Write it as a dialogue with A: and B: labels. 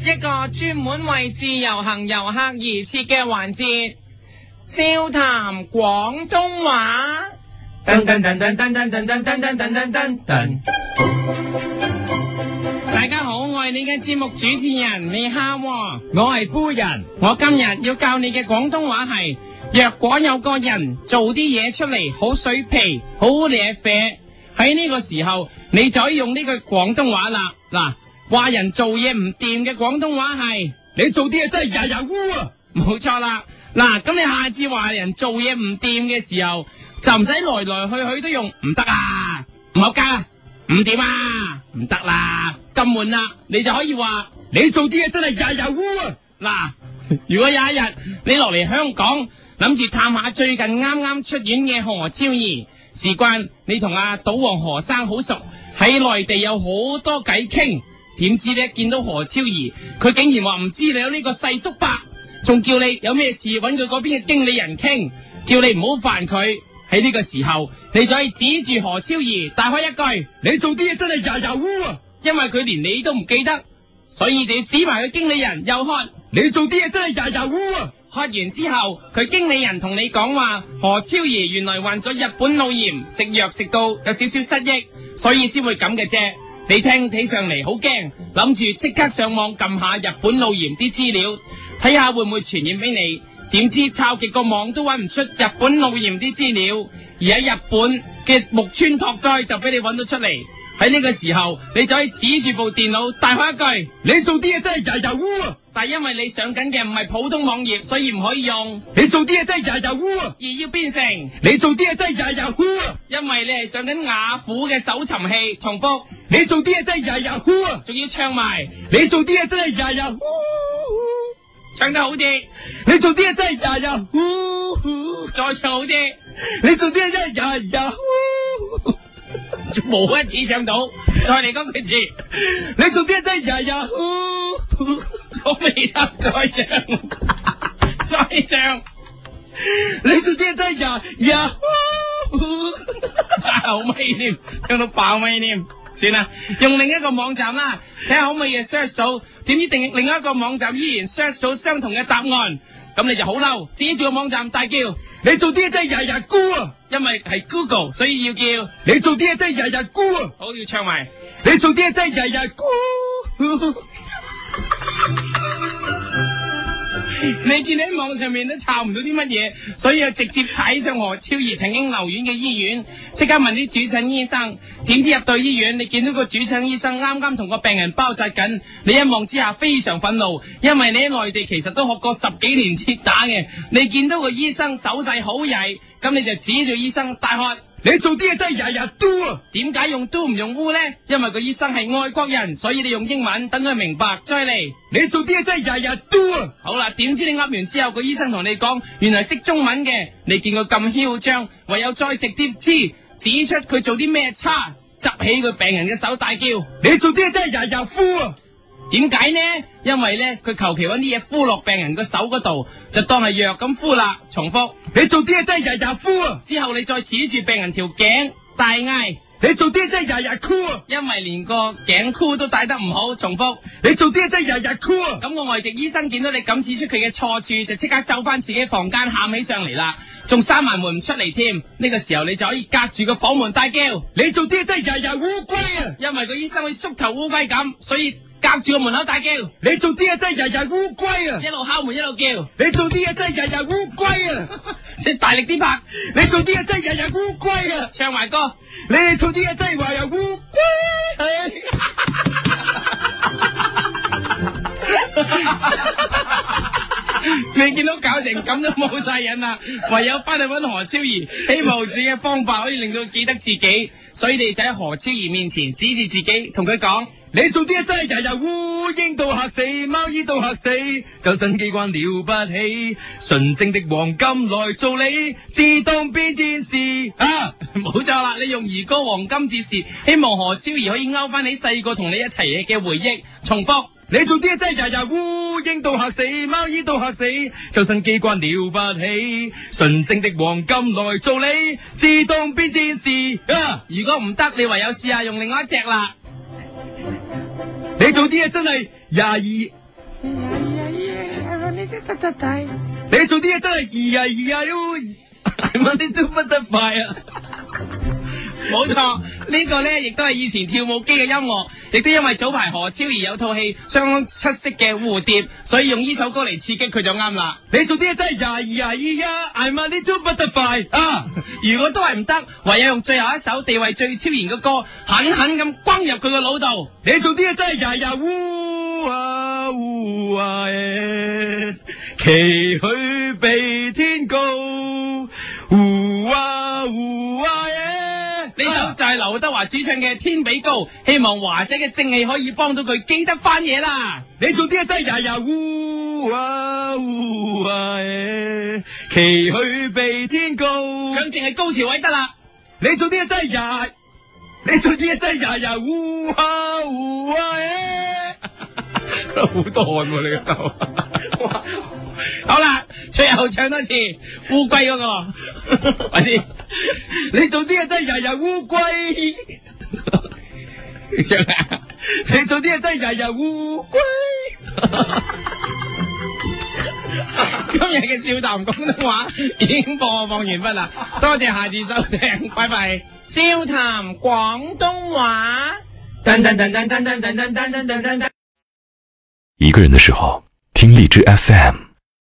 A: 一個專門為自由行遊客而設嘅環節，笑談廣東話。
B: 噔噔噔噔噔噔噔噔噔噔噔噔噔。
A: 大家好，我係你嘅節目主持人，你好喎。
B: 我係夫人，
A: 我今日要教你嘅廣東話係：若果有個人做啲嘢出嚟好水皮、好瀨啡，喺呢個時候你就可以用呢句廣東話啦。嗱，話人做嘢唔掂嘅廣東話係。
B: 你做啲嘢真係日日污啊！
A: 冇錯啦，嗱，咁你下次話人做嘢唔掂嘅時候，就唔使來來去去都用唔得啊，唔合格啊，唔掂啊，唔得啦，咁悶啦，你就可以話
B: 你做啲嘢真係日日污啊！
A: 嗱，如果有一日你落嚟香港，諗住探下最近啱啱出院嘅何超儀，事關你同阿賭王何生好熟，喺內地有好多偈傾，點知咧見到何超儀，佢竟然話唔知你有呢個細叔伯，仲叫你有咩事揾佢嗰邊嘅經理人傾，叫你唔好煩佢。喺呢個時候，你就可以指住何超儀大開一句，
B: 你做啲嘢真係日日污啊！
A: 因為佢連你都唔記得，所以就要指埋佢經理人又喝。
B: 你做啲嘢真係日日污啊！
A: 喝完之後，佢經理人同你講話，何超儀原來患咗日本腦炎，食藥食到有少少失憶，所以先會咁嘅啫。你聽起上嚟好驚，諗住即刻上網撳下日本腦炎啲資料，睇下會唔會傳染俾你。點知抄極個網都揾唔出日本腦炎啲資料，而喺日本嘅木村拓哉就俾你揾到出嚟。喺呢個時候，你就可以指住部電腦大喝一句，
B: 你做啲嘢真係日日污啊！
A: 但係因為你上緊嘅唔係普通網頁，所以唔可以用。
B: 你做啲嘢真係日日污啊！
A: 而要變成，
B: 你做啲嘢真係日日污啊！
A: 因為你係上緊雅虎嘅搜尋器，重複，
B: 你做啲嘢真係日日污啊！
A: 仲要唱埋，
B: 你做啲嘢真係日日污，
A: 唱得好啲，
B: 啊你做啲嘢真係日日污，
A: 再唱好啲，
B: 啊你做啲嘢真係日日污，
A: 冇一次唱到，再嚟嗰句字，
B: 你做啲嘢真係日日污，
A: 我未得再唱， 再唱，
B: 你做啲嘢真係日日污。
A: 爆咪添，唱到爆咪添。算啦，用另一個網站啦，睇下可唔可以 search 到，點知定另一個網站依然 search 到相同嘅答案，咁你就好嬲，指住個網站大叫，
B: 你做啲嘢真係日日沽啊！
A: 因為係 Google，所以要叫，
B: 你做啲嘢真係日日沽啊！
A: 好要唱埋。
B: 你做啲嘢真係日日沽。
A: 你見你喺網上面都抄唔到啲乜嘢，所以就直接踩上何超儀曾經留院嘅醫院，即刻問啲主診醫生。點知入到醫院，你見到個主診醫生啱啱同個病人包紮緊，你一望之下非常憤怒，因為你喺內地其實都學過十幾年鐵打嘅，你見到個醫生手勢好曳，咁你就指住醫生大喝。
B: 你做啲嘢真係日日嘟啊！
A: 點解用 do 唔用 who 呢？因為個醫生係外國人，所以你用英文等佢明白。再嚟。
B: 你做啲嘢真係日日嘟啊！
A: 好啦，點知你噏完之後，個醫生同你講，原來識中文嘅，你見佢咁囂張，唯有再直接知指出佢做啲咩差，執起佢病人嘅手大叫，
B: 你做啲嘢真係日日敷啊！
A: 點解呢？因為呢，佢求其揾啲嘢敷落病人個手嗰度，就當係藥咁敷啦。重複
B: 你做啲嘢真係日日敷啊！
A: 之後，你再指住病人條頸大嗌，
B: 你做啲嘢真係日日箍啊！
A: 因為連個頸箍都戴得唔好。重複。
B: 你做啲嘢真係日日箍啊！
A: 咁個外籍醫生見到你咁指出佢嘅錯處，就即刻走翻自己房間喊起上嚟啦，仲閂埋門唔出嚟添。呢個時候你就可以隔住個房門大叫，
B: 你做啲嘢真係日日烏龜啊！
A: 因為個醫生好似縮頭烏龜咁，所以隔住個門口大叫，一
B: 你做啲嘢真係日日烏龜啊！
A: 路敲門一路叫，
B: 你做啲嘢真係日日烏龜啊！
A: 即係大力啲拍，
B: 你做啲嘢真係日日烏龜啊！
A: 唱埋歌。
B: 你哋做啲嘢真係日日烏龜啊！
A: 你見到搞成咁都冇晒癮啦，唯有翻去揾何超儀，希望自己嘅方法可以令到佢記得自己，所以你就喺何超儀面前指住自己，同佢講。
B: 你做啲嘢真係日日烏蠅到嚇死，貓衣到嚇死，周身機關了不起，純正的黃金來做你，自動變戰士啊！
A: 冇錯啦，你用兒歌黃金節時，希望何超儀可以勾翻你細個同你一齊嘅回憶。重複，
B: 你做啲嘢真係日日烏蠅到嚇死，貓衣到嚇死，周身機關了不起，純正的黃金來做你，自動變戰士啊！
A: 如果唔得，你唯有試下用另外一隻啦。
B: 你做啲嘢真係廿二你做啲嘢真系易啊易啊要，乜啲都不得快啊！
A: 冇錯，呢、個呢亦都係以前跳舞機嘅音樂，亦都因為早排何超儀有套戲相當出色嘅蝴蝶，所以用呢首歌嚟刺激佢就啱啦。
B: 你做啲嘢真系呀呀呀，I'm a little butterfly 啊！
A: 如果都係唔得，唯有用最後一首地位最超然嘅歌，狠狠咁轟入佢個腦度。
B: 你做啲嘢真系呀呀烏啊烏啊誒，期許比天高，烏啊烏啊耶！啊
A: 呢首就係劉德華主唱嘅《天比高》，希望華仔嘅正氣可以幫到佢記得翻嘢啦。
B: 你做啲嘢真系呀呀烏啊烏啊耶！期許比天高，
A: 想淨係高潮位得啦。
B: 你做啲嘢真系呀，你做啲嘢真系呀呀烏啊烏啊耶！好多汗喎、你個頭，哇！
A: 好啦，最後唱多次烏龜嗰、個，快啲。
B: 你做啲嘢真系日日烏龜，你做啲嘢真系日日烏龜。
A: 今日嘅笑談廣東話已經播放完畢啦，多謝下次收聽，拜拜。笑談廣東話。
C: 一个人的时候，听荔枝 FM。